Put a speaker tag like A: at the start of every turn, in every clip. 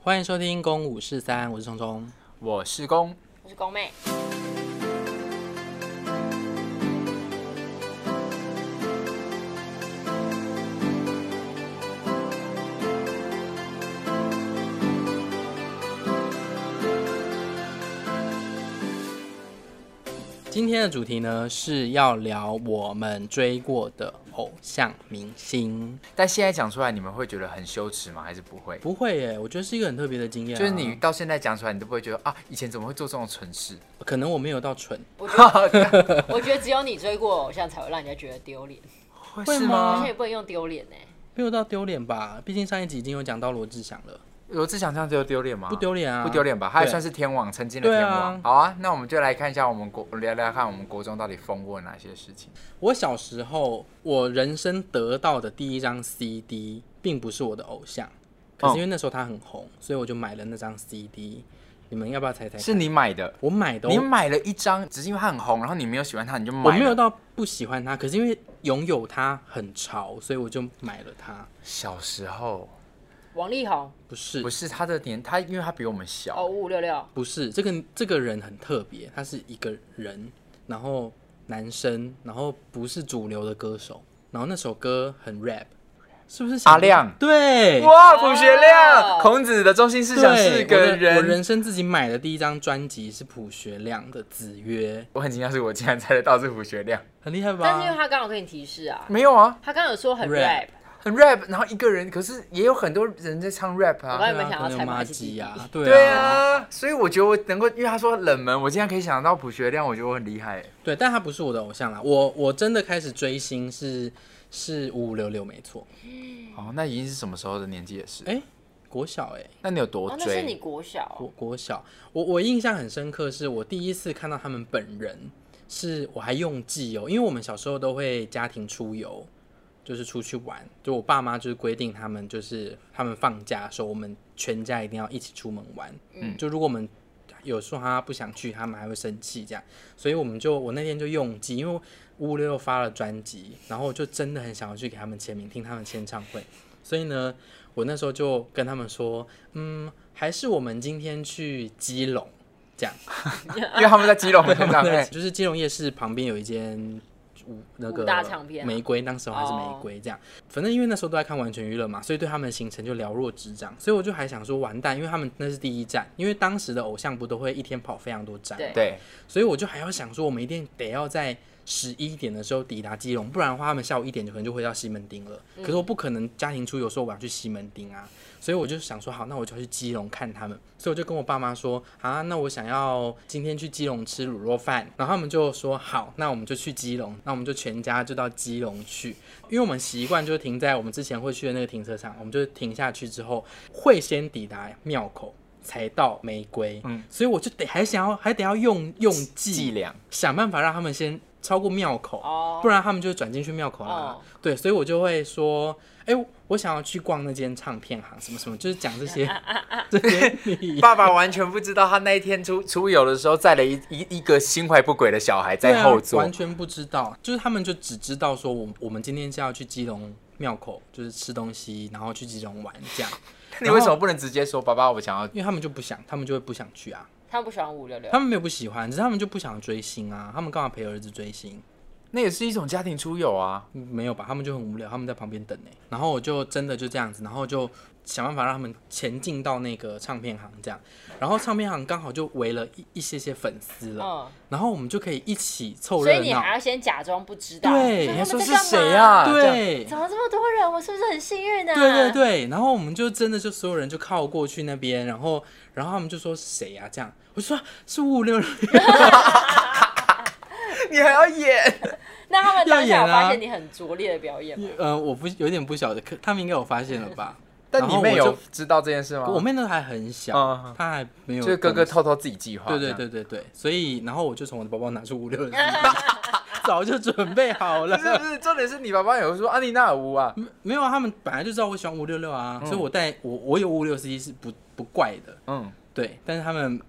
A: 欢迎收听《公五四三》，我是聪聪。
B: 我是公，
C: 我是公妹，
A: 今天的主题呢是要聊我们追过的偶像明星。
B: 但现在讲出来，你们会觉得很羞耻吗？还是不会？
A: 不会耶，我觉得是一个很特别的经验啊、
B: 就是你到现在讲出来，你都不会觉得啊，以前怎么会做这种蠢事？
A: 可能我没有到蠢，
C: 我觉得我觉得只有你追过偶像才会让人家觉得 丢脸，
A: 会
B: 是
C: 好
A: 吗
B: 吗
C: 像也？不能用丢脸欸呢。
A: 没有到丢脸吧？毕竟上一集已经有讲到罗志祥了，
B: 罗志祥这样就丢脸吗？
A: 不丢脸啊，
B: 不丢脸吧？他也
A: 对
B: 算是天王，曾经的天
A: 对啊
B: 王。好啊，那我们就来看一下我们国聊聊看我们国中到底疯过哪些事情。
A: 我小时候，我人生得到的第一张 CD 并不是我的偶像，可是因为那时候他很红，所以我就买了那张 CD。你们要不要猜猜看？
B: 是你买的，
A: 我买的哦，
B: 你买了一张，只是因为他很红，然后你没有喜欢他，你就买了。
A: 我没有到不喜欢他，可是因为拥有他很潮，所以我就买了它。
B: 小时候
C: 王力宏
A: 不是，
B: 不是他的年，他因为他比我们
C: 哦，
B: 小，
C: 五五六六，
A: 不是，这个这个人很特别，他是一个人，然后男生，然后不是主流的歌手，然后那首歌很 rap，是不是想？
B: 阿亮
A: 对，
B: 哇，朴学亮，
C: 哇
B: 孔子的中心思
A: 对
B: 想是
A: 我
B: 个
A: 的我
B: 人。
A: 人生自己买的第一张专辑是朴学亮的《子曰
B: 我很惊讶，是我竟然猜得到是朴学亮。》，
A: 很厉害吧？
C: 但是因为他刚好跟你提示啊，
B: 没有啊，
C: 他刚刚有说很
A: 嗯 Rap
C: rap，
B: 很 rap，然后一个人，可是也有很多人在唱 rap
C: 我
B: 啊
C: 刚。
A: 对
C: 有没有
A: 啊
C: 想
A: 可
C: 要
A: 能有
C: 猜
A: 马
C: 马吉
A: 吉
C: 弟
A: 啊
C: 弟？
A: 对
B: 对啊，所以我觉得我能够，因为他说冷门，我竟然可以想到朴学亮，我觉得我很厉害。欸
A: 对，但他不是我的偶像啦。我我真的开始追星是是五五六六，没错。
C: 嗯
B: 哦，那已经是什么时候的年纪也是？
A: 哎、国小哎、
B: 那你有多
C: 哦，那是
B: 追？
C: 你国小
A: 国
C: 哦，
A: 国小，我我印象很深刻，是我第一次看到他们本人，是我还用记哦，因为我们小时候都会家庭出游，就是出去玩，就我爸妈就是规定他们就是他们放假的时候，我们全家一定要一起出门玩，嗯，就如果我们有时候他不想去，他们还会生气这样，所以我们就我那天就用记，因为五五六六发了专辑，然后我就真的很想要去给他们签名，听他们签唱会，所以呢，我那时候就跟他们说，嗯，还是我们今天去基隆，这样，
B: 因为他们在基隆 成 长，
A: 对，
B: 哎
A: 就是基隆夜市旁边有一间。五那个
C: 五大唱片啊
A: 玫瑰，当时还是玫瑰这样，反正因为那时候都在看完全娱乐嘛，所以对他们的行程就了若指掌，所以我就还想说完蛋，因为他们那是第一站，因为当时的偶像不都会一天跑非常多站，
C: 对
B: 对，
A: 所以我就还要想说，我们一定得要在十一点的时候抵达基隆，不然的话，他们下午一点就可能就回到西门町了。
C: 嗯
A: 可是我不可能家庭出游说我要去西门町啊，所以我就想说，好，那我就要去基隆看他们。所以我就跟我爸妈说，啊，那我想要今天去基隆吃卤肉饭，然后他们就说好，那我们就去基隆，那我们就全家就到基隆去，因为我们习惯就停在我们之前会去的那个停车场，我们就停下去之后会先抵达庙口。才到玫瑰，嗯
B: 嗯，
A: 所以我就得还想要还得要用用计
B: 伎俩。
A: 想办法让他们先超过庙口，
C: 哦
A: 不然他们就转进去庙口啦。
C: 哦
A: 对，所以我就会说，哎、我想要去逛那间唱片行，什么什么，就是讲这 些这些你。
B: 爸爸完全不知道，他那一天出出游的时候载了一一一个心怀不轨的小孩在后
A: 对啊
B: 座
A: 完，全不知道，就是他们就只知道说我我们今天是要去基隆庙口，就是吃东西，然后去基隆玩这样，
B: 你为什么不能直接说爸爸我想要？
A: 因为他们就不想，他们就会不想去啊，
C: 他不喜欢五六六
A: 他，们没有不喜欢，只是他们就不想追星啊，他们干嘛陪儿子追星？
B: 那也是一种家庭出游啊。
A: 没有吧？他们就很无聊，他们在旁边等呢、然后我就真的就这样子，然后就想办法让他们前进到那个唱片行这样。然后唱片行刚好就围了一一些些粉丝了，
C: 嗯，
A: 然后我们就可以一起凑
C: 所
A: 热
C: 以你
A: 闹。
C: 还要先假装不知道，
A: 对
C: 说
A: 你
B: 还
C: 他
B: 说
C: 们在
B: 是
C: 干嘛
B: 谁啊这样
A: 对。
C: 怎么这么多人？我是不是很幸运呢？啊
A: 对对对，然后我们就真的就所有人就靠过去那边，然后然后他们就说谁呀、啊、这样，我就说是五五六六，
B: 你还要演？
C: 那他们
A: 要
C: 当
A: 演
C: 下
A: 啊
C: 有发现你很拙劣的表演吗？
A: 呃我不有点不晓得，可他们应该有发现了吧？
B: 但你妹
A: 然后我
B: 有
A: 就
B: 知道这件事吗？
A: 我妹那时候还很小
B: 嗯，嗯
A: 她还没有
B: 哦就是哥
A: 跟
B: 哥偷偷自己计划。
A: 对对
B: 啊这样，
A: 对对对，所以然后我就从我的包包拿出五六 的早就准备好了
B: 不。是不是，重点是你爸爸有说啊，你那有啊？
A: 没有啊，他们本来就知道我喜欢五六六啊，所以我带我我有五六 CD 是不不怪的，
B: 嗯，
A: 对。但是他们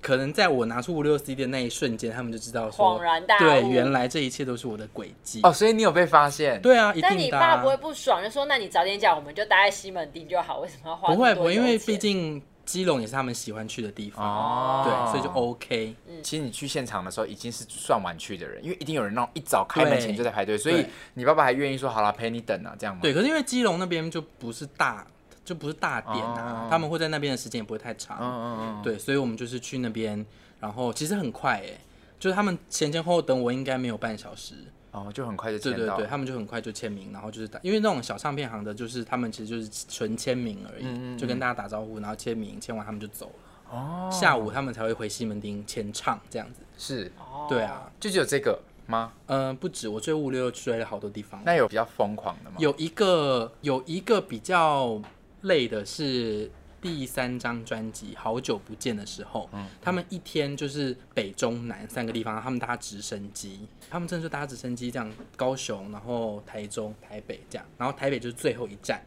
A: 可能在我拿出五六 CD 的那一瞬间，他们就知道说，
C: 恍然大悟
A: 对，原来这一切都是我的诡计。
B: 哦，所以你有被发现？
A: 对啊，一
C: 但你
A: 定的
C: 爸
A: 啊、
C: 不会不爽，就说那你早点讲，我们就待在西门町就好，为什么要花
A: 不会
C: 那么
A: 不
C: 多
A: 会，因为
C: 油钱
A: 毕竟基隆也是他们喜欢去的地方，
B: 哦
A: 对，所以就 OK。
B: 其实你去现场的时候已经是算晚去的人，因为一定有人那种一早开门前就在排队，所以
A: 对
B: 你爸爸还愿意说好了陪你等啊，这样吗？
A: 对，可是因为基隆那边就不是大，就不是大点啊，
B: 哦
A: 他们会在那边的时间也不会太长。
B: 嗯，嗯嗯嗯，
A: 对，所以我们就是去那边，然后其实很快哎、就是他们前前后后等我应该没有半小时，
B: 哦，就很快就
A: 对
B: 签
A: 对
B: 到。
A: 对，他们就很快就签名，然后就是打，因为那种小唱片行的，就是他们其实就是纯签名而已，
B: 嗯嗯嗯
A: 就跟大家打招呼，然后签名，签完他们就走了。哦，下午他们才会回西门町签唱这样子。
B: 是，
C: 哦
A: 对，啊，
B: 就只有这个吗？
A: 嗯、不止，我追五六六追了好多地方。
B: 那有比较疯狂的吗？
A: 有一个有一个比较累的是第三张专辑《好久不见》的时候，他们一天就是北中南三个地方，他们搭直升机，他们真的就搭直升机这样，高雄，然后台中、台北这样，然后台北就是最后一站，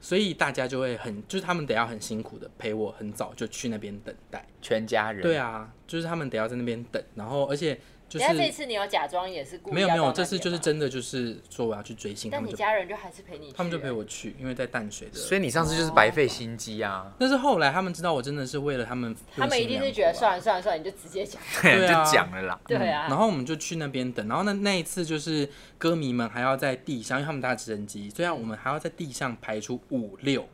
A: 所以大家就会很，就是他们得要很辛苦的陪我很早就去那边等待，
B: 全家人。
A: 对啊，就是他们得要在那边等，然后而且就
C: 等
A: 是
C: 下这一次你有假装也是故意
A: 没有没有，
C: 要到那边
A: 这次就是
C: 吗，
A: 真的就是说我要去追星，他
C: 但
A: 们
C: 你
A: 就
C: 家人就还是陪你去，
A: 他们就陪
C: 欸。
A: 我去，因为在淡水的。
B: 所以你上次就是白费心机啊，
A: 但是后来他们知道我真的是为了他们，
C: 他们一定是觉得算了算了算了，你就直接讲。
A: 对啊
B: 就讲了啦。
C: 对啊，
A: 嗯然后我们就去那边等，然后那那一次就是歌迷们还要在地上，因为他们搭直升机，所以我们还要在地上排出五六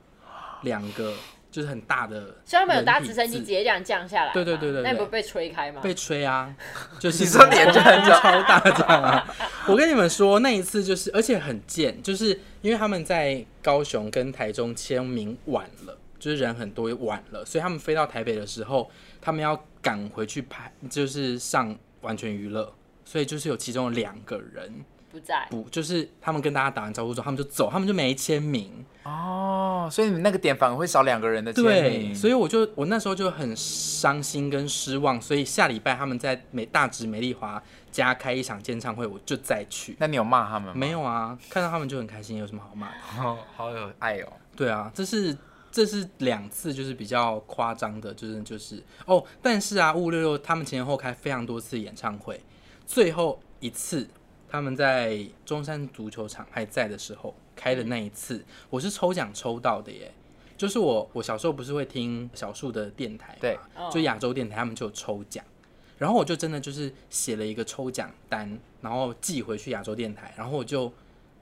A: 两个，就是很大的。
C: 虽然没有搭直升机直，接这样降下来嘛，
A: 对对对对对
C: 那你不是被吹开吗？
A: 被吹啊，就是
B: 你说脸就很
A: 超大这样啊！ 我跟你们说，那一次就是，而且很贱，就是因为他们在高雄跟台中签名晚了，就是人很多也晚了，所以他们飞到台北的时候，他们要赶回去拍，就是上完全娱乐，所以就是有其中有两个人
C: 不在，
A: 不，就是他们跟大家打完招呼之后，他们就走，他们就没签名。
B: 哦，所以你们那个点反而会少两个人的签
A: 对，
B: 名。
A: 所
B: 以
A: 以我就我那时候就很伤心跟失望，所以下礼拜他们在美大直美丽华家开一场签唱会，我就再去。
B: 那你有骂他们吗？
A: 没有啊，看到他们就很开心，有什么好骂的？
B: 哦，好有爱哦。
A: 对啊，这是这是两次就是比较夸张的，就是就是哦，但是啊，五五六六他们前前后后开非常多次演唱会，最后一次他们在中山足球场还在的时候开的那一次，我是抽奖抽到的耶。就是我，我小时候不是会听小树的电台嘛，
B: 对
A: 就亚洲电台，他们就有抽奖，然后我就真的就是写了一个抽奖单，然后寄回去亚洲电台，然后我就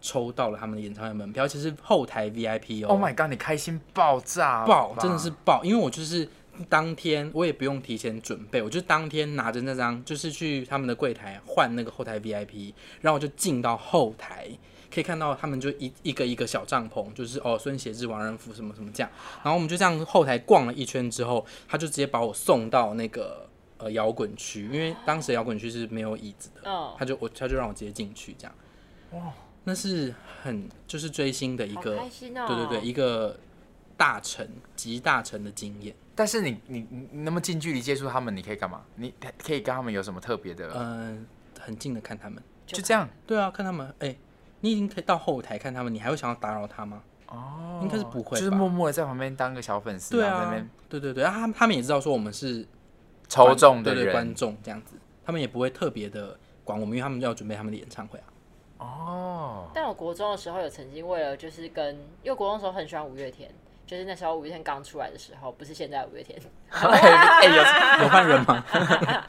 A: 抽到了他们的演唱会门票，而且是后台 VIP 哦
B: Oh my god，你开心爆炸吧，
A: 爆，真的是爆，因为我就是当天我也不用提前准备，我就当天拿着那张，就是去他们的柜台换那个后台 VIP，然后我就进到后台。可以看到他们就一一个一个小帐篷，就是哦孙协志、王仁甫什么什么这样，然后我们就这样后台逛了一圈之后，他就直接把我送到那个呃摇滚区，因为当时的摇滚区是没有椅子的，
C: 嗯
A: 他就我他就让我直接进去这样，哇，那是很就是追星的一个
C: 好开心哦
A: 对对对，一个大成集大成的经验。
B: 但是你你你你那么近距离接触他们，你可以干嘛？你可以跟他们有什么特别的？
A: 嗯、很近的看他们，
B: 就这样
A: 对啊，看他们，哎、你已经可以到后台看他们，你还会想要打扰他吗？
B: 哦，
A: 应该是不会吧
B: 就是默默的在旁边当个小粉丝，
A: 对
B: 然后在那
A: 啊
B: 边，
A: 对对对，啊，他们他们也知道说我们是
B: 抽中的
A: 对对
B: 人
A: 观众这样子，他们也不会特别的管我们，因为他们要准备他们的演唱会啊。
B: 哦，
C: 但我国中的时候有曾经为了就是跟，因为国中的时候很喜欢五月天，就是那时候五月天刚出来的时候，不是现在五月 天，
B: 哎有
A: 有换人吗？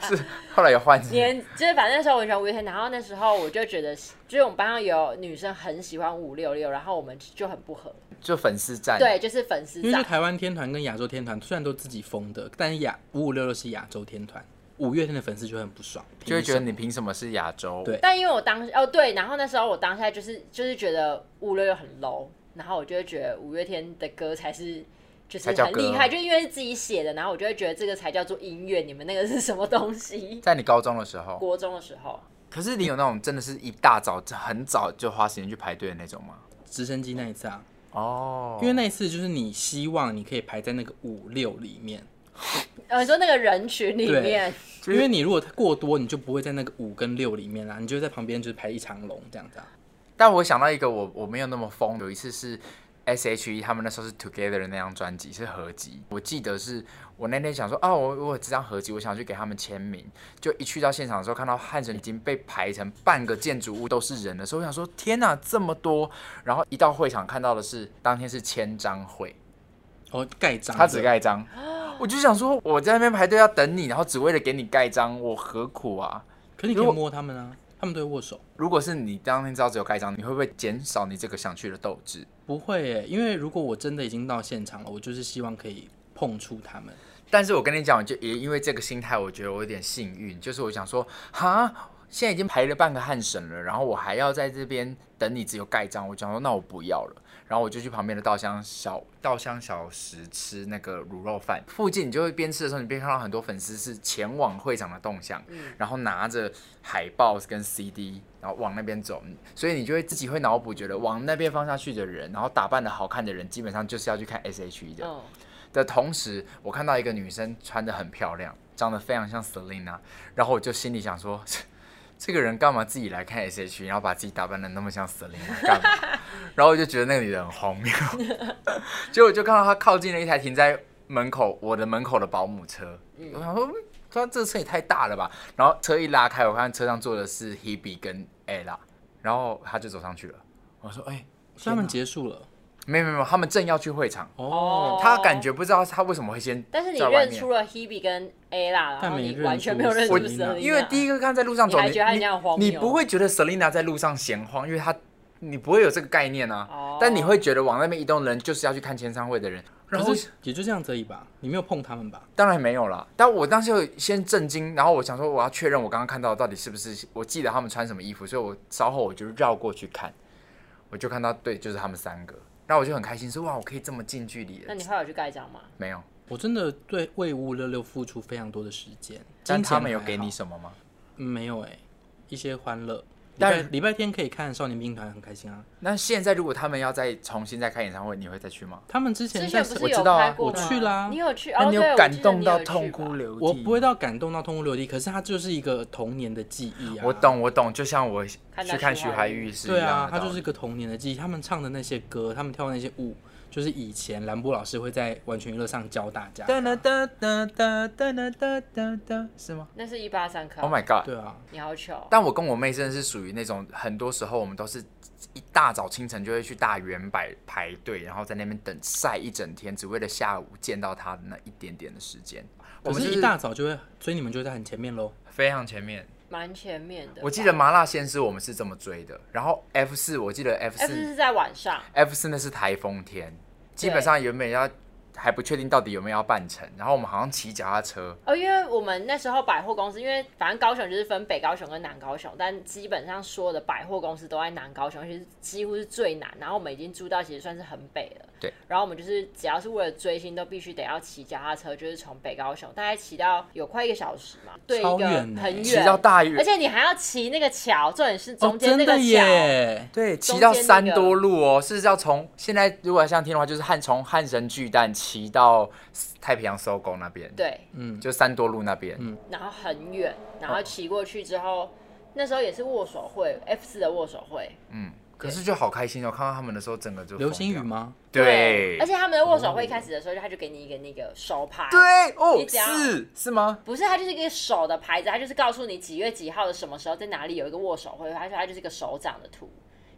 B: 是后来有换
C: 年就是反正那时候我很喜欢五月天，然后那时候我就觉得，就是我们班上有女生很喜欢五六六，然后我们就很不合，
B: 就粉丝站，
C: 对，就是粉丝
A: 哎因为就
C: 战。
A: 台湾天团跟亚洲天团虽然都自己封的，但亚五五六六是亚洲天团，五月天的粉丝就会很不爽，
B: 就会觉得
A: 凭什么
B: 你凭什么是亚洲？
A: 对
C: 但因为我当哦对，然后那时候我当下就是就是觉得五六六很 low，然后我就会觉得五月天的歌才是。就是
B: 才叫
C: 很
B: 歌
C: 厉害，就因为是自己写的，然后我就会觉得这个才叫做音乐，你们那个是什么东西？
B: 在你高中的时候，
C: 国中的时候，
B: 可是你有那种真的是一大早很早就花时间去排队的那种吗？
A: 直升机那一次啊，
B: 哦，
A: 因为那一次就是你希望你可以排在那个五六里面，
C: 呃，你说那个人群里面，
A: 因为你如果过多，你就不会在那个五跟六里面啦，你就在旁边就是排一长龙这样子、啊。
B: 但我想到一个我我没有那么疯，有一次是 S.H.E 他们那时候是 Together 的那张专辑是合集，我记得是我那天想说哦，我我有这张合集，我想去给他们签名，就一去到现场的时候，看到汉神已经被排成半个建筑物都是人的时候，我想说天哪，这么多！然后一到会场看到的是当天是签章会，
A: 哦，盖章，
B: 他只盖章，我就想说我在那边排队要等你，然后只为了给你盖章，我何苦啊？
A: 可你可以摸他们啊，他们都会握手。
B: 如果是你当天知道只有盖章，你会不会减少你这个想去的斗志？
A: 不会耶，因为如果我真的已经到现场了，我就是希望可以碰触他们。
B: 但是我跟你讲，我就也因为这个心态，我觉得我有点幸运，就是我想说，哈，现在已经排了半个汉神了，然后我还要在这边等你只有盖章，我想说那我不要了，然后我就去旁边的稻香小稻香小食吃那个卤肉饭，附近你就会边吃的时候，你边看到很多粉丝是前往会场的动向，
C: 嗯
B: 然后拿着海报跟 CD，然后往那边走，所以你就会自己会脑补，觉得往那边方向去的人，然后打扮的好看的人，基本上就是要去看 S.H.E 的。
C: 嗯，
B: 的同时，我看到一个女生穿的很漂亮，长得非常像 Selina，然后我就心里想说， 这个人干嘛自己来看 S.H.E，然后把自己打扮的那么像 Selina 干嘛？ 然后我就觉得那个女人很荒谬， 结果我就看到她靠近了一台停在门口我的门口的保姆车，我想说，嗯她这车也太大了吧？然后车一拉开，我看车上坐的是 Hebe 跟 Ella，然后她就走上去了。我说，哎、
A: 所以他们结束了
B: 没有没有没有，他们正要去会场。
A: 哦，
B: 他感觉不知道他为什么会先，
C: 但是你认出，了 Hebe 跟 A 啦，然
A: 但
C: 后
A: 没
C: 你
A: 认
C: 完
A: 出啊
C: 全没有认出啊
A: Selina
C: Selina，
B: 因为第一个看在路上走，
C: 你还
B: 你
C: 觉得他人
B: 你
C: 家很荒
B: 你
C: 谬
B: 不会觉得 Selina 在路上闲晃，因为他你不会有这个概念啊，
C: 哦
B: 但你会觉得往那边移动的人就是要去看签唱会的人，然后
A: 可是也就这样子而已吧，你没有碰他们吧？
B: 当然没有啦，但我当时有先震惊，然后我想说我要确认我刚刚看到的到底是不是我记得他们穿什么衣服，所以我稍后我就绕过去看，我就看到对，就是他们三个，然后我就很开心说哇，我可以这么近距离
C: 那，你后来有去盖章吗？
B: 没有，
A: 我真的对为五五六六付出非常多的时间，
B: 但
A: 金钱
B: 他们有
A: 还
B: 给
A: 好
B: 你什么吗？
A: 嗯没有哎、一些欢乐。礼拜
B: 但
A: 礼拜天可以看少年兵团，很开心啊。
B: 那现在如果他们要再重新再开演唱会，你会再去吗？
A: 他们之前
C: 之
A: 在
C: 前不
B: 我
C: 是
B: 知
C: 有
B: 道啊
C: 开过
A: 我
C: 吗？
A: 去啦
C: 你有去？
B: 那
C: 哦，
B: 你
C: 对
B: 有
C: 我
B: 感
C: 记得
B: 动
C: 你
B: 到
C: 有去
B: 痛
C: 吧
B: 哭流涕？
A: 我不会到感动到痛哭流涕，可是它就是一个童年的记忆啊。
B: 我。懂，我懂，就像我去
C: 看到
B: 看
C: 徐
B: 徐
C: 怀
B: 怀
C: 钰
B: 钰是一
A: 对啊
B: 样，的
A: 它
B: 道
A: 就是一
B: 理。
A: 个童年的记忆。他们唱的那些歌，他们跳的那些舞，就是以前兰波老师会在完全娱乐上教大家的啊。
B: 哒哒哒哒哒哒哒哒哒，是吗
C: 那是一八三课。
B: ？Oh my god！
A: 对啊，
C: 你好哦巧，
B: 但我跟我妹真的是属于那种，很多时候我们都是一大早清晨就会去大圆摆排队，然后在那边等晒一整天，只为了下午见到她那一点点的时间。我
A: 可
B: 们
A: 是
B: 就
A: 一大早就会，所以你们就在很前面喽。
B: 非常前面。
C: 蛮前面的吧。
B: 我记得麻辣鲜师我们是这么追的，然后 F 四我记得 F
C: F
B: 四
C: 哎四是在晚上，
B: F 四那是台风天，基本上原本要还不确定到底有没有要办成，然后我们好像骑脚踏车，
C: 哦，因为我们那时候百货公司，因为反正高雄就是分北高雄跟南高雄，但基本上所有的百货公司都在南高雄，其实几乎是最南。然后我们已经住到其实算是很北了。
B: 对。
C: 然后我们就是只要是为了追星，都必须得要骑脚踏车，就是从北高雄大概骑到有快一个小时嘛，对一
A: 超
C: 个
A: 远欸
C: 很远，
B: 骑到大
C: 而
B: 屿，
C: 且你还要骑那个桥，重点是
A: 哦，
C: 中间
A: 真
C: 那个
A: 的
C: 桥。
A: 耶！
B: 对，
C: 中
B: 骑
C: 间
B: 到三多路哦，是要从现在如果要像听的话，就是汉从汉神巨蛋骑到太平洋搜狗那边，，
C: 对，
A: 嗯，
B: 就三多路那边，嗯，
C: 然后很远，然后
B: 哦
C: 骑过去之后，那时候也是握手会，F 四的握手会。
B: 可是就好开心哦，看到他们的时候，整个就
A: 流星雨
B: 疯掉？
A: 吗？
B: 对
C: 而，且他们的握手会一开始的时候，他就给你一个那个手牌，
B: 对哦
C: 你，只要
B: 是是吗？
C: 不是，它就是一个手的牌子，它就是告诉你几月几号的什么时候在哪里有一个握手会，它说它就是一个手掌的图，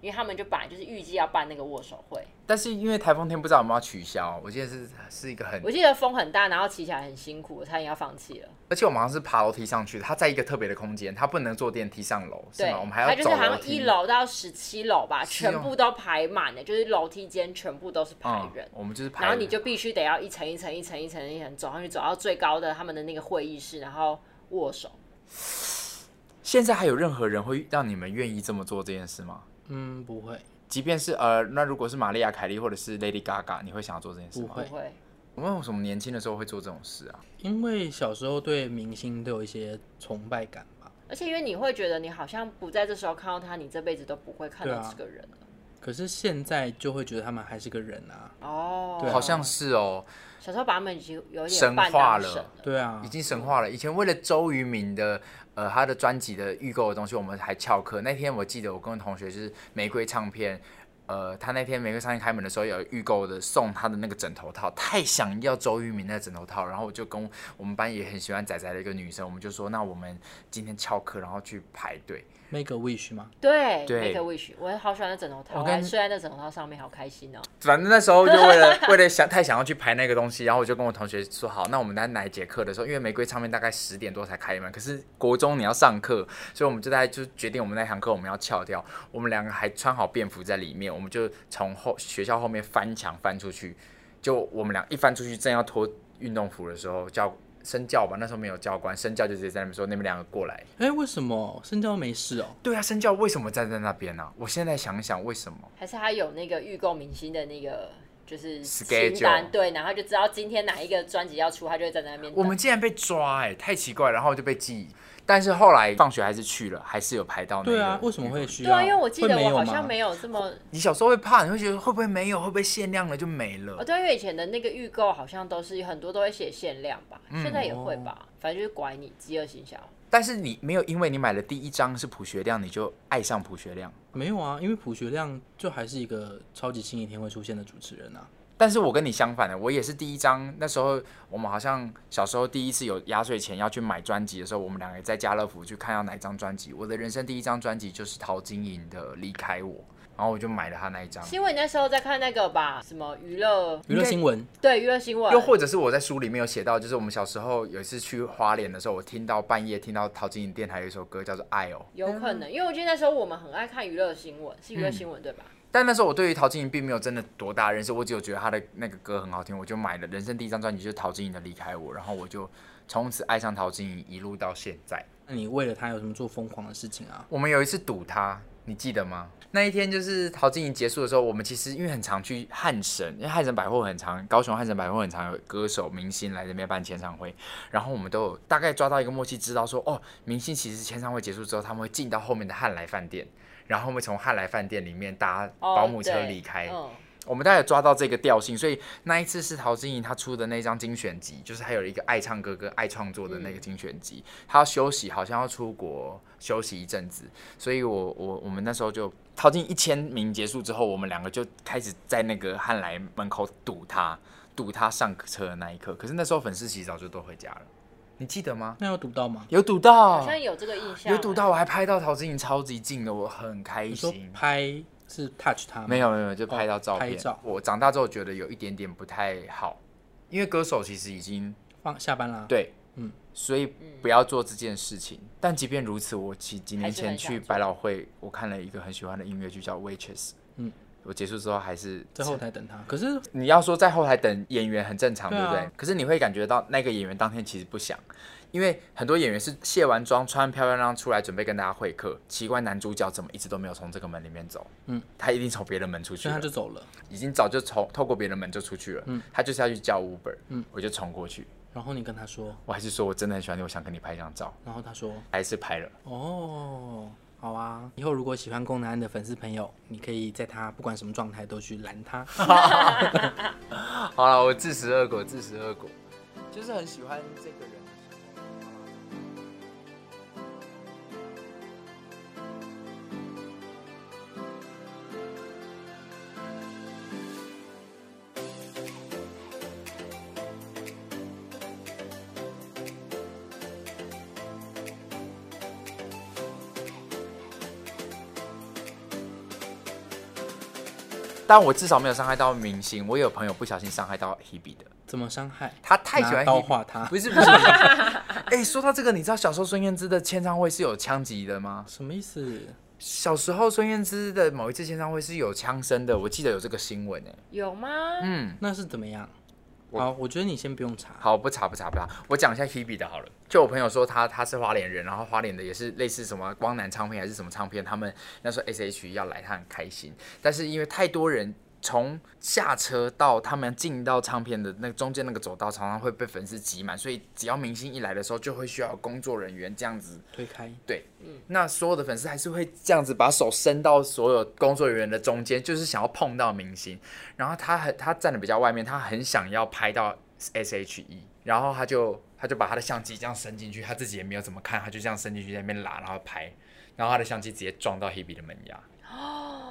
C: 因为他们就本来就是预计要办那个握手会。
B: 但是因为台风天不知道有没有取消，我记得是是一个很
C: 我记得风很大，然后骑起来很辛苦，我差点要放弃了。
B: 而且我们好像是爬楼梯上去的，它在一个特别的空间，它不能坐电梯上楼，是
C: 对，
B: 吗？我们还
C: 它
B: 要
C: 就是
B: 走
C: 好
B: 楼
C: 像一
B: 梯。
C: 楼到十七楼吧，
B: 是哦
C: 全部都排满了，就是楼梯间全部都是排
B: 嗯
C: 人，。
B: 我们就是排。
C: 然后你就必须得要一层一层一层一层一层走上去，走到最高的他们的那个会议室，然后握手。
B: 嗯现在还有任何人会让你们愿意这么做这件事吗？
A: 嗯，不会，
B: 即便是呃，那如果是玛丽亚·凯莉或者是 Lady Gaga，你会想要做这件事
A: 不
B: 吗？
C: 不
A: 会，
C: 会，
B: 我们为什么年轻的时候会做这种事啊？
A: 因为小时候对明星都有一些崇拜感吧。
C: 而且因为你会觉得你好像不在这时候看到他，你这辈子都不会看
A: 对
C: 到
A: 啊
C: 这个人了。
A: 可是现在就会觉得他们还是个人啊。
C: 哦，
A: 对啊
B: 好像是哦，
C: 小时候把他们已经有
B: 神
C: 点半
B: 化
C: 当
B: 了
C: 神了。
A: 对啊
B: 已，经神化了。以前为了周渝民的呃他的专辑的预购的东西，我们还翘课。那天我记得我跟同学就是玫瑰唱片，呃，他那天玫瑰唱片开门的时候有预购的送他的那个枕头套，太想要周渝民那个枕头套。然后我就跟我们班也很喜欢仔仔的一个女生，我们就说那我们今天翘课，然后去排队。
A: Make a Wish 吗？
C: 对
B: 对
C: ，Make a Wish，我好喜欢那枕头套，
B: 我
C: 我
B: 跟
C: 还睡在那枕头套上面，好开心哦。
B: 反正那时候就为了 为了想太想要去排那个东西，然后我就跟我同学说好，那我们在哪一节课的时候，因为玫瑰唱片大概十点多才开门，可是国中你要上课，所以我们就在就决定我们那堂课我们要翘掉，我们两个还穿好便服在里面，我们就从后学校后面翻墙翻出去，就我们俩一翻出去正要脱运动服的时候，教身教吧，那时候没有教官，身教就直接在那边说你们两个过来。
A: 哎、为什么深交没事哦？
B: 对啊，身教为什么站在那边呢、啊？我现在想一想为什么？
C: 还是他有那个预购明星的那个就是清
B: Schedule
C: 单，对，然后就知道今天哪一个专辑要出，他就会站在那边等。
B: 我们竟然被抓、哎，太奇怪了，然后就被记。但是后来放学还是去了，还是有排到那个。
A: 对啊，为什么会？需
C: 对
A: 要？
C: 啊，因为我记得
A: 会没
C: 我
A: 有
C: 好
A: 吗
C: 像没有这么
B: 你小时候会怕，你会觉得会不会没有，会不会限量了就没了？
C: 哦，对，因为以前的那个预购好像都是很多都会写限量吧，
B: 嗯
C: 现在也
B: 哦
C: 会吧，反正就是拐你饥饿营销。
B: 但是你没有，因为你买的第一张是朴学亮，你就爱上朴学亮。
A: 没有啊，因为朴学亮就还是一个超级星期天会出现的主持人啊。
B: 但是我跟你相反的，我也是第一张。那时候我们好像小时候第一次有压岁钱要去买专辑的时候，我们两个在家乐福去看要哪一张专辑。我的人生第一张专辑就是陶晶莹的《离开我》，然后我就买了她那一张。
C: 是因为你那时候在看那个吧，什么娱乐，
A: 娱乐新闻，
C: 对，娱乐新闻
B: 又，或者是我在书里面有写到，就是我们小时候有一次去花莲的时候，我听到半夜听到陶晶莹电台有一首歌叫做《爱哦》，
C: 有可能，因为我记得那时候我们很爱看娱乐新闻，是娱
B: 嗯
C: 乐新闻、对吧？
B: 但那时候我对于陶晶莹并没有真的多大认识，我只有觉得她的那个歌很好听，我就买了人生第一张专辑就是陶晶莹的《离开我》，然后我就从此爱上陶晶莹，一路到现在。
A: 那你为了他有什么做疯狂的事情啊？
B: 我们有一次赌他，你记得吗？那一天就是陶晶莹结束的时候，我们其实因为很常去汉神，因为汉神百货很常，高雄汉神百货很常有歌手明星来这边办签唱会，然后我们都有大概抓到一个默契，知道说哦，明星其实签唱会结束之后，他们会进到后面的汉来饭店，然后会从汉来饭店里面搭
C: 哦
B: 保姆车
C: 对
B: 离开。
C: 嗯，
B: 我们大概有抓到这个调性，所以那一次是陶晶莹她出的那张精选集，就是还有一个爱唱歌跟爱创作的那个精选集，她要休息，好像要出国休息一阵子，所以我我我们那时候就陶晶莹一千名结束之后，我们两个就开始在那个汉来门口堵她，堵她上车的那一刻，可是那时候粉丝其实早就都回家了，你记得吗？
A: 那有赌到吗？
B: 有堵到，
C: 好像有这个印象，
B: 哦有堵到，我还拍到陶晶莹超级近的，我很开
A: 你说
B: 心。
A: 拍是 touch 他吗？
B: 啊没有没有，没有就拍到照
A: 哦
B: 片。
A: 拍照
B: 我长大之后觉得有一点点不太好，因为歌手其实已经
A: 放下班啦。
B: 对，
A: 嗯，
B: 所以不要做这件事情。但即便如此，我几几年
C: 还是很
B: 前
C: 想
B: 去
C: 做
B: 百老汇，我看了一个很喜欢的音乐剧叫《Waitress》，
A: 嗯，
B: 我结束之后还是
A: 在后台等他。可是
B: 你要说在后台等演员很正常，
A: 对
B: 对
A: 啊
B: 不对？可是你会感觉到那个演员当天其实不想，因为很多演员是卸完妆、穿漂漂亮亮出来，准备跟大家会客。奇怪，男主角怎么一直都没有从这个门里面走？
A: 嗯，
B: 他一定从别的门出去
A: 所以
B: 了
A: 他。就走了，
B: 已经早就从透过别人门就出去了，
A: 嗯
B: 他就是要去叫 Uber，我就冲过去，
A: 然后你跟他说，
B: 我还是说我真的很喜欢你，我想跟你拍一张照，
A: 然后他说，
B: 还是拍了。
A: 哦，好啊，以后如果喜欢宫南安的粉丝朋友，你可以在他不管什么状态都去拦他。 啊
B: 好了，我自食恶果，自食恶果，就是很喜欢这个人。但我至少没有伤害到明星，我有朋友不小心伤害到 Hebe 的，
A: 怎么伤害？
B: 他太喜
A: 拿
B: 欢
A: 刀
B: Hebe，
A: 划他？
B: 不是不是。 不是哎、说到这个，你知道小时候孙燕姿的签唱会是有枪击的吗？
A: 什么意思？
B: 小时候孙燕姿的某一次签唱会是有枪声的，我记得有这个新闻哎、
C: 有吗？
B: 嗯。
A: 那是怎么样？
B: 我
A: 好，我觉得你先不用查。
B: 好，不查不查不查，我讲一下 Hebe 的好了。就我朋友说他他是花莲人，然后花莲的也是类似什么光南唱片还是什么唱片，他们那时候 SHE 要来，他很开心，但是因为太多人。从下车到他们进到唱片的那中间那个走道，常常会被粉丝挤满，所以只要明星一来的时候，就会需要有工作人员这样子
A: 推开，
B: 那所有的粉丝还是会这样子把手伸到所有工作人员的中间，就是想要碰到明星。然后他很他站的比较外面，他很想要拍到 SHE，然后他就他就把他的相机这样伸进去，他自己也没有怎么看，他就这样伸进去在那边拉，然后拍，然后
C: 哦
B: 他的相机直接撞到 Hebe 的门牙。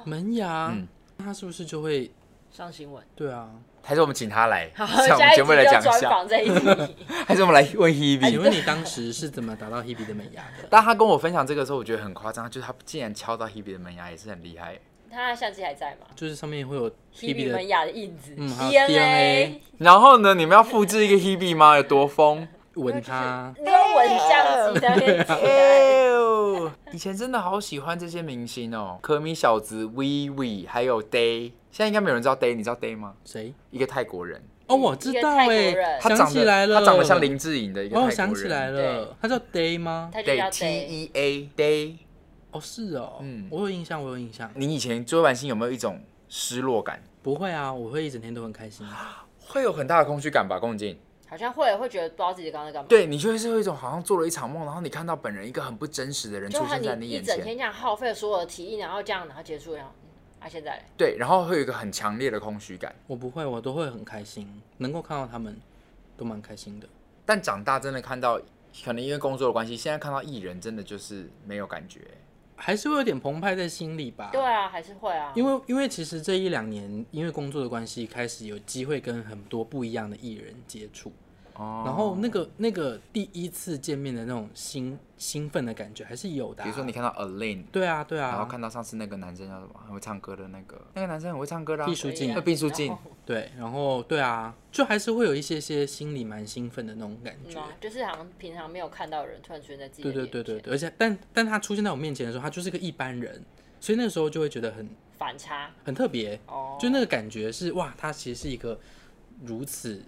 A: 门牙，
B: 嗯
A: 那他是不是就会
C: 上新闻。
A: 对啊，
B: 还是我们请他来
C: 好，
B: 上我们
C: 下一
B: 节
C: 集
B: 目来讲
C: 就专
B: 一下，
C: 访这哎一 题。
B: 还是我们来问 Hebe。
A: 请问你当时是怎么达到 Hebe 的美牙 的？
B: 当他跟我分享这个的时候，我觉得很夸张，就是他竟然敲到 Hebe 的门牙，也是很厉害。
C: 他的相机还在吗
A: 就是上面会有
C: ？Hebe
A: Hebe
C: 门
A: 的，
C: 牙的印子、
A: 嗯还有
C: DNA，
B: 然后呢，你们要复制一个 Hebe 吗？有多疯？
A: 闻它，
C: 那个闻相机的那个。
B: 哎呦，以前真的好喜欢这些明星哦，可米小子、V V 还有 Day，现在应该没有人知道 Day，你知道 Day 吗？
A: 谁？
B: 一个泰国人，
A: 哦，我知道
C: 一个泰
A: 哎、
C: 国人
B: 他
A: 想
B: 长
A: 起
B: 得
A: 来了，
B: 他长得像林志颖的一个泰国
A: 哦，
B: 人。
A: 想起来了，他叫 Day 吗？
C: 他就
B: 对
C: 叫
B: ，T
C: Day，
B: E A Day。
A: 哦，是哦，
B: 嗯
A: 我有印象，我有印象。
B: 你以前追完星有没有一种失落感？
A: 不会啊，我会一整天都很开心。
B: 会有很大的空虚感吧，宫颈。
C: 好像会会觉得不知道自己刚刚在干嘛。
B: 对你就会是有一种好像做了一场梦，然后你看到本人一个很不真实的人
C: 就
B: 出
C: 和
B: 现在
C: 你一
B: 眼
C: 整
B: 前，
C: 天这样耗费所有的体力，然后这样，然后结束，然后嗯啊，现在嘞
B: 对，然后会有一个很强烈的空虚感。
A: 我不会，我都会很开心，能够看到他们，都蛮开心的。
B: 但长大真的看到，可能因为工作的关系，现在看到艺人真的就是没有感觉。
A: 还是会有点澎湃在心里吧。
C: 对啊，还是会啊，
A: 因
C: 为
A: 为因为其实这一两年，因为工作的关系，开始有机会跟很多不一样的艺人接触，
B: 哦
A: 然后那个那个第一次见面的那种兴兴奋的感觉还是有的啊、
B: 比如说你看到 Alain，
A: 对啊对
B: 然后
A: 啊，
B: 看到上次那个男生叫什么，很会唱歌的那个，那个男生很会唱歌的啊、
A: 毕书尽
B: 呃毕书尽，
A: 对，然后对啊，就还是会有一些些心里蛮兴奋的那种感
C: 嗯
A: 觉。
B: 哦
C: 啊，就是好像平常没有看到的人突然出现在自己
A: 对
C: 的
A: 对
C: 眼
A: 对对
C: 前
A: 对，而且但但他出现在我面前的时候，他就是个一般人，所以那个时候就会觉得很
C: 反差
A: 很特别，
C: 哦，
A: 就那个感觉是哇，他其实是一个如此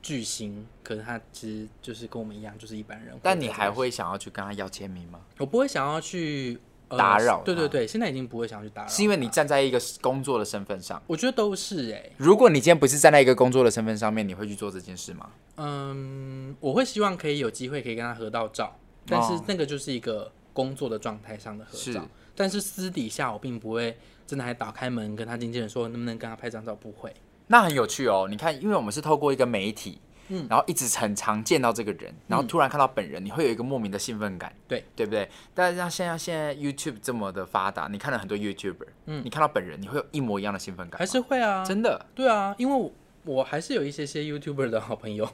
A: 巨星，可是他其实就是跟我们一样，就是一般人。
B: 但你还，会想要去跟他要签名吗？
A: 我不会想要去、呃
B: 打扰
A: 对
B: 他
A: 对对，现在已经不会想要去打扰他，
B: 是因为你站在一个工作的身份上。
A: 我觉得都是哎、
B: 如果你今天不是站在一个工作的身份上面，你会去做这件事吗？
A: 嗯，我会希望可以有机会可以跟他合到照，但是
B: 哦
A: 那个就是一个工作的状态上的合
B: 是
A: 照，但是私底下我并不会真的还打开门跟他经纪人说能不能跟他拍张照，不会。
B: 那很有趣哦。你看，因为我们是透过一个媒体，
A: 嗯
B: 然后一直很常见到这个人，然后突然看到本人，你会有一个莫名的兴奋感，
A: 对
B: 对不对？但是像现在现在 YouTube 这么的发达，你看了很多 YouTuber，嗯，你看到本人，你会有一模一样的兴奋感吗，
A: 还是会啊，
B: 真的
A: 对啊，因为我我还是有一些些 YouTuber 的好朋友，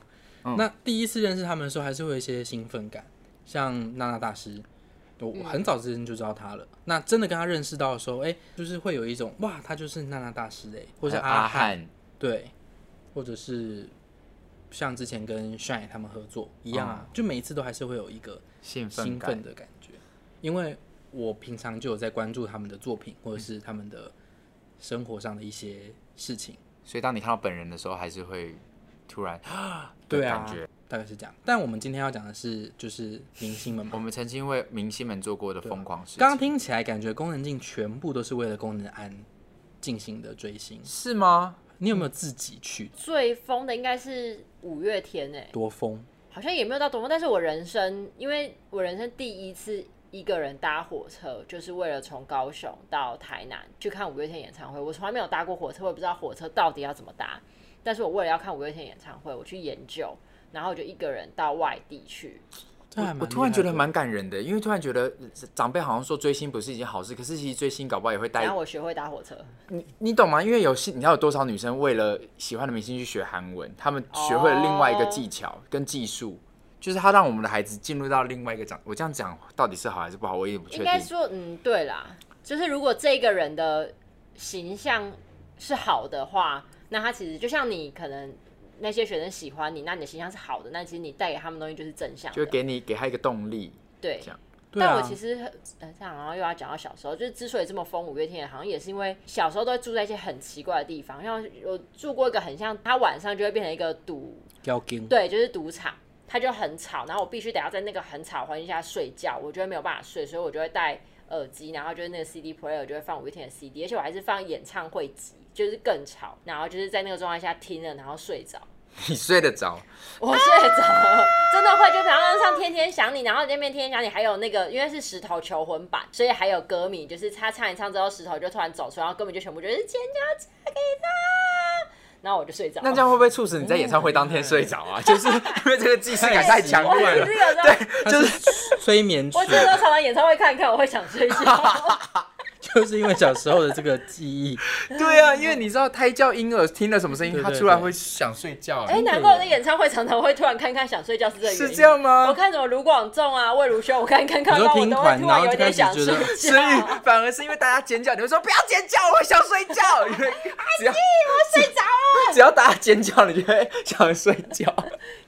B: 哦
A: 那第一次认识他们的时候，还是会有一些兴奋感。像娜娜大师，我
B: 嗯
A: 我很早之前就知道他了。那真的跟他认识到的时候，哎、就是会有一种哇，他就是娜娜大师哎、或是
B: 还有哦
A: 汉，
B: 阿汉
A: 对，或者是像之前跟 Shine 他们合作一样啊，就每一次都还是会有一个
B: 兴奋
A: 兴
B: 感
A: 奋，的感觉，因为我平常就有在关注他们的作品，或者是他们的生活上的一些事情。
B: 所以当你看到本人的时候，还是会突然的
A: 对啊
B: 感觉。
A: 大概是这样。但我们今天要讲的是，就是明星们嘛
B: 我。们曾经为明星们做过的疯狂事
A: 刚刚
B: 情，
A: 听起来感觉功能镜全部都是为了功能安进行的追星，
B: 是吗？
A: 你有没有自己去
C: 最疯的应该是五月天欸诶、
A: 多疯？
C: 好像也没有到多么，但是我人生，因为我人生第一次一个人搭火车，就是为了从高雄到台南去看五月天演唱会。我从来没有搭过火车，我也不知道火车到底要怎么搭。但是我为了要看五月天演唱会，我去研究，然后我就一个人到外地去。
A: 这啊还蛮
B: 我
A: 厉害的
B: 我突然觉得蛮感人的，因为突然觉得呃长辈好像说追星不是一件好事，可是其实追星搞不好也会带
C: 然后我学会搭火车，
B: 你你懂吗？因为有些你知道有多少女生为了喜欢的明星去学韩文，她们学会了另外一个技
C: 哦
B: 巧跟技术，就是她让我们的孩子进入到另外一个长。我这样讲到底是好还是不好，我也不确
C: 应
B: 定
C: 该。说，嗯，对啦，就是如果这个人的形象是好的话，那他其实就像你可能。那些学生喜欢你，那你的形象是好的，那其实你带给他们的东西就是正向的，
B: 就给你给她一个动力，
C: 对
B: 这样
A: 对
C: 但
A: 啊
C: 我，其实很呃，这样，然后又要讲到小时候，就是之所以这么疯五月天，好像也是因为小时候都会住在一些很奇怪的地方，像我住过一个很像，它晚上就会变成一个赌，
A: 要跟
C: 对，就是赌场，它就很吵，然后我必须得要在那个很吵的环境下睡觉，我觉得没有办法睡，所以我就会戴耳机，然后就是那个 CD player 就会放五月天的 CD，而且我还是放演唱会集，就是更吵，然后就是在那个状态下听了，然后睡着。
B: 你睡得着。
C: 我睡着了， 真的会就比方上《天天想你》，然后那边《天天想你》还有那个，因为是石头求婚版，所以还有歌迷，就是他唱一唱之后，石头就突然走出来，然后歌迷就全部就是尖叫嫁给他，然后我就睡着了。
B: 那这样会不会促使你在演唱会当天睡着 啊？就是因为这个既视感太强
C: 我
B: 烈了
C: 是 不。是有时候，
A: 就是催眠曲
C: 我，真的常常演唱会看一看，我会想睡觉。
A: 就是因为小时候的这个记 忆。
B: 对啊，因为你知道胎教婴儿听了什么声音，
A: 对
B: 他
A: 对
B: 出来
A: 对
B: 会想睡觉。
C: 哎、难怪我在演唱会常常会突然看看想睡觉是这个原因。
B: 是这样吗
C: 我看什么卢广仲啊、魏如萱，我看看看
A: 你
C: 到
A: 说
C: 我
A: 听
C: 都会
A: 团
C: 突
A: 然后
C: 有
A: 就
C: 点
A: 开始
C: 想
A: 觉
C: 睡
A: 得
B: 所
C: 觉。
B: 以反而是因为大家尖叫，你们说不要尖叫，我想睡 觉。因为只要
C: 睡着了，
B: 只要大家尖叫，你就会想睡觉。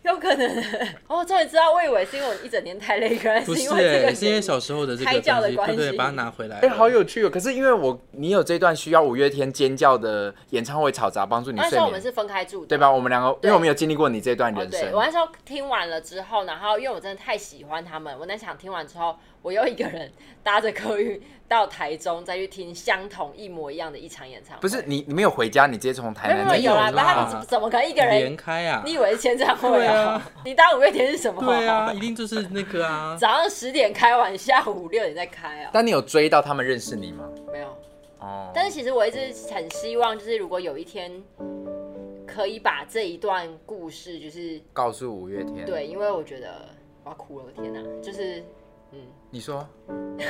C: 有可能。 哦，终于知道，我以为是因为我一整天太累，原来
A: 不
C: 是
A: 是
C: 因为这个
A: 欸、
C: 原因。
A: 是因为小时候的这
C: 胎
A: 个
C: 教的
A: 东西，
C: 关
A: 对对，
C: 系
A: 把它拿回来。
B: 哎、好有趣哦！可是因为我你有这段需要五月天尖叫的演唱会嘈杂帮助你
C: 那
B: 睡
C: 时候我们
B: 眠，
C: 是分开住的，
B: 对吧？我们两个，因
C: 对
B: 为我们有经历过你这段
C: 哦，
B: 人
C: 对，
B: 生，
C: 我那时候听完了之后，然后因为我真的太喜欢他们，我那场听完之后，我又一个人搭着客运到台中，再去听相同一模一样的一场演唱会。
B: 不是你你没有回家，你直接从台
C: 没有
B: 南
C: 没有有啦，
A: 没有啦
C: 但他们怎怎么可能一个人
A: 连开啊
C: 你！以为是签唱会哦
A: 对啊？
C: 你当五月天是什么？
A: 对啊，一定就是那个 啊。
C: 早上十点开完，下午六点再开啊？
B: 但你有追到他们认识你吗？
C: 没有。
B: 哦，
C: 嗯但是其实我一直很希望，就是如果有一天可以把这一段故事，就是
B: 告诉五月天，，
C: 对，因为我觉得我要哭了，我天哪！就是嗯，
B: 你 说，你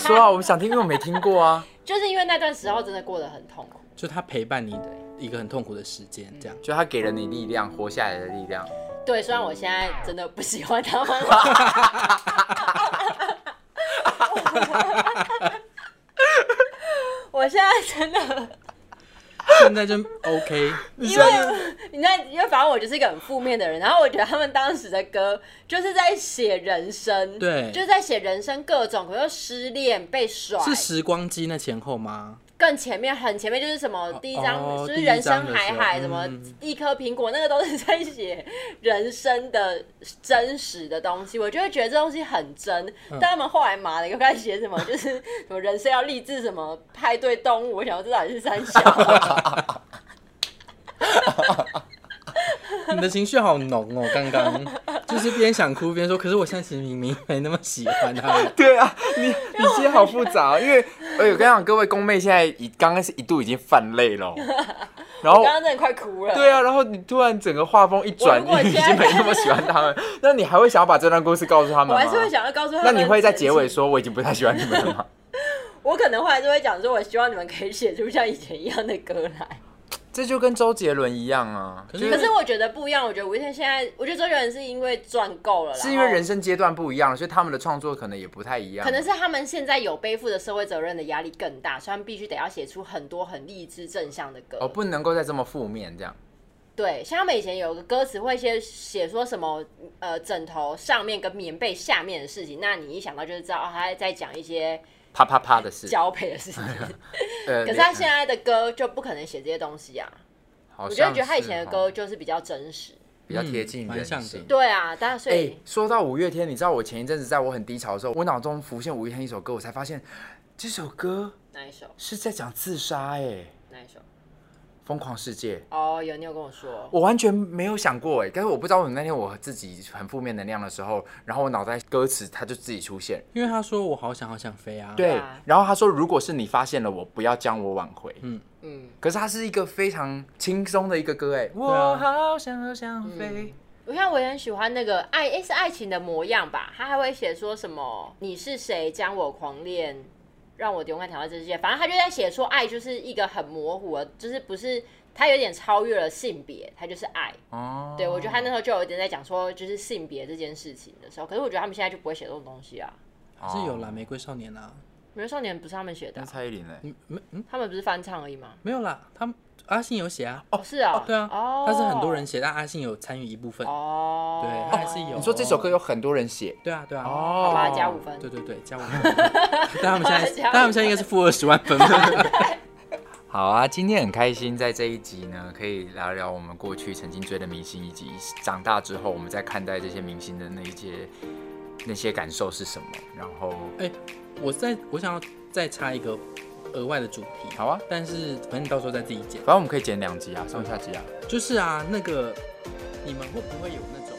B: 说啊，我想听，因为我没听过啊，
C: 就是因为那段时候真的过得很痛苦。
A: 就他陪伴你的一个很痛苦的时间， 这样。
B: 就他给了你力量，活下来的力量。
C: 对，虽然我现在真的不喜欢他们， 我现在真的。
A: 现在就 OK，
C: 因为你那，因为反正我就是一个很负面的人，然后我觉得他们当时的歌就是在写人生，
A: 对
C: 就是在写人生各种，比如说失恋、被甩，
A: 是时光机那前后吗？
C: 更前面很前面就是什么第一张、
A: 哦
C: 就是
A: 第一
C: 人生
A: 张的
C: 海
A: 时候
C: 海，
A: 嗯
C: 什么一颗苹果，那个都是在写人生的真实的东西，我就会觉得这东西很真。
A: 嗯
C: 但他们后来麻了，又开始写 什么，就是什么人生要励志，什么派对动物，我想这到底是 三小。
A: 你的情绪好浓哦，刚 刚就是边想哭边说，可是我现在其实明明没那么喜欢他 们。
B: 对啊，你你心好复杂、因为哎，我跟你讲，各位宫妹现在已刚开始一度已经泛泪 了哦，然后
C: 我刚刚真的快哭了。
B: 对啊，然后你突然整个画风一转，
C: 我
B: 你
C: 如果
B: 已
C: 现在
B: 经没那么喜欢他 们，那你还会想要把这段故事告诉他们吗
C: 我还？是会想要告诉他
B: 那
C: 们。
B: 你会在结尾，说我已经不太喜欢你们了 吗？
C: 我可能会还是会讲说，我希望你们可以写出像以前一样的歌来。
B: 这就跟周杰伦一样啊，
A: 可
B: 就是
C: 可是我觉得不一样，我觉得五月天现在，我觉得周杰伦是因为赚够了啦，
B: 是因为人啊生阶段不一样，所以他们的创作可能也不太一样。
C: 可能是他们现在有背负的社会责任的压力更大，所以他们必须得要写出很多很励志正向的歌。
B: 哦，不能够再这么负面这样。
C: 对，像他们以前有个歌词会先写说什么呃枕头上面跟棉被下面的事情，那你一想到就是知道、哦、他在讲一些
B: 啪啪啪的事，
C: 交配的 事情。
B: 呃，
C: 可是他现在的歌就不可能写这些东西啊。
B: 好
C: 我就
B: 像
C: 会觉得他以
B: 是
C: 前的
B: 哦
C: 歌就是比较真实。
B: 比较贴
A: 嗯
B: 近
A: 蛮
B: 人
A: 像的
B: 性。
C: 对啊，但所
B: 哎、
C: 以、
B: 说到五月天，你知道我前一阵子在我很低潮的时候，我脑中浮现五月天一首歌，我才发现这首歌
C: 哪一首？
B: 是在讲自杀、哎，
C: 哪一首？
B: 《疯狂世界》，
C: 哦，有你有跟我说，
B: 我完全没有想过、哎，但是我不知道为什么那天我自己很负面能量的时候，然后我脑袋歌词它就自己出现，
C: 哦
A: 因为他说我好想好想飞啊，
B: 对
C: 啊，
B: 然后他说如果是你发现了我，不要将我挽回，
C: 嗯，
B: 可是它是一个非常轻松的一个歌、哎，
A: 啊
B: 我好想好想飞，
C: 我看我也很喜欢那个爱，诶是爱情的模样吧？他还会写说什么你是谁将我狂恋，让我勇敢挑战这世界。反正他就在写说爱就是一个很模糊的，就是不是他有点超越了性别，他就是爱。
B: 哦，
C: 对，我觉得他那时候就有点在讲说就是性别这件事情的时候，可是我觉得他们现在就不会写这种东西啊。
A: 还嗯是有啦，《玫瑰少年》啊，
C: 美少年不是他们写的
B: 那
C: 啊、
B: 蔡依林哎、
A: 嗯没嗯
C: 他们不是翻唱而已吗？
A: 没有啦，他们阿信有写啊，
C: 哦，是啊，
A: 对啊，
C: 哦，
A: 他是很多人写，但阿信有参与一部分，
C: 哦，
A: 对他还是有
B: 你说这首歌有很多人写，
A: 对啊对啊，
B: 哦
C: 好吧，加五分，
A: 对对对，加五分， 但他们现在
C: 加五分
A: 但他们现在应该是负二十万分吧。
B: 好啊，今天很开心，在这一集呢，可以聊聊我们过去曾经追的明星，以及长大之后我们在看待这些明星的那一些那些感受是什么。然后，
A: 我再我想要再插一个额外的主题，
B: 好啊，
A: 但是反正你到时候再自己剪。
B: 反正我们可以剪两集啊，上下集啊。
A: 就是啊，那个你们会不会有那种？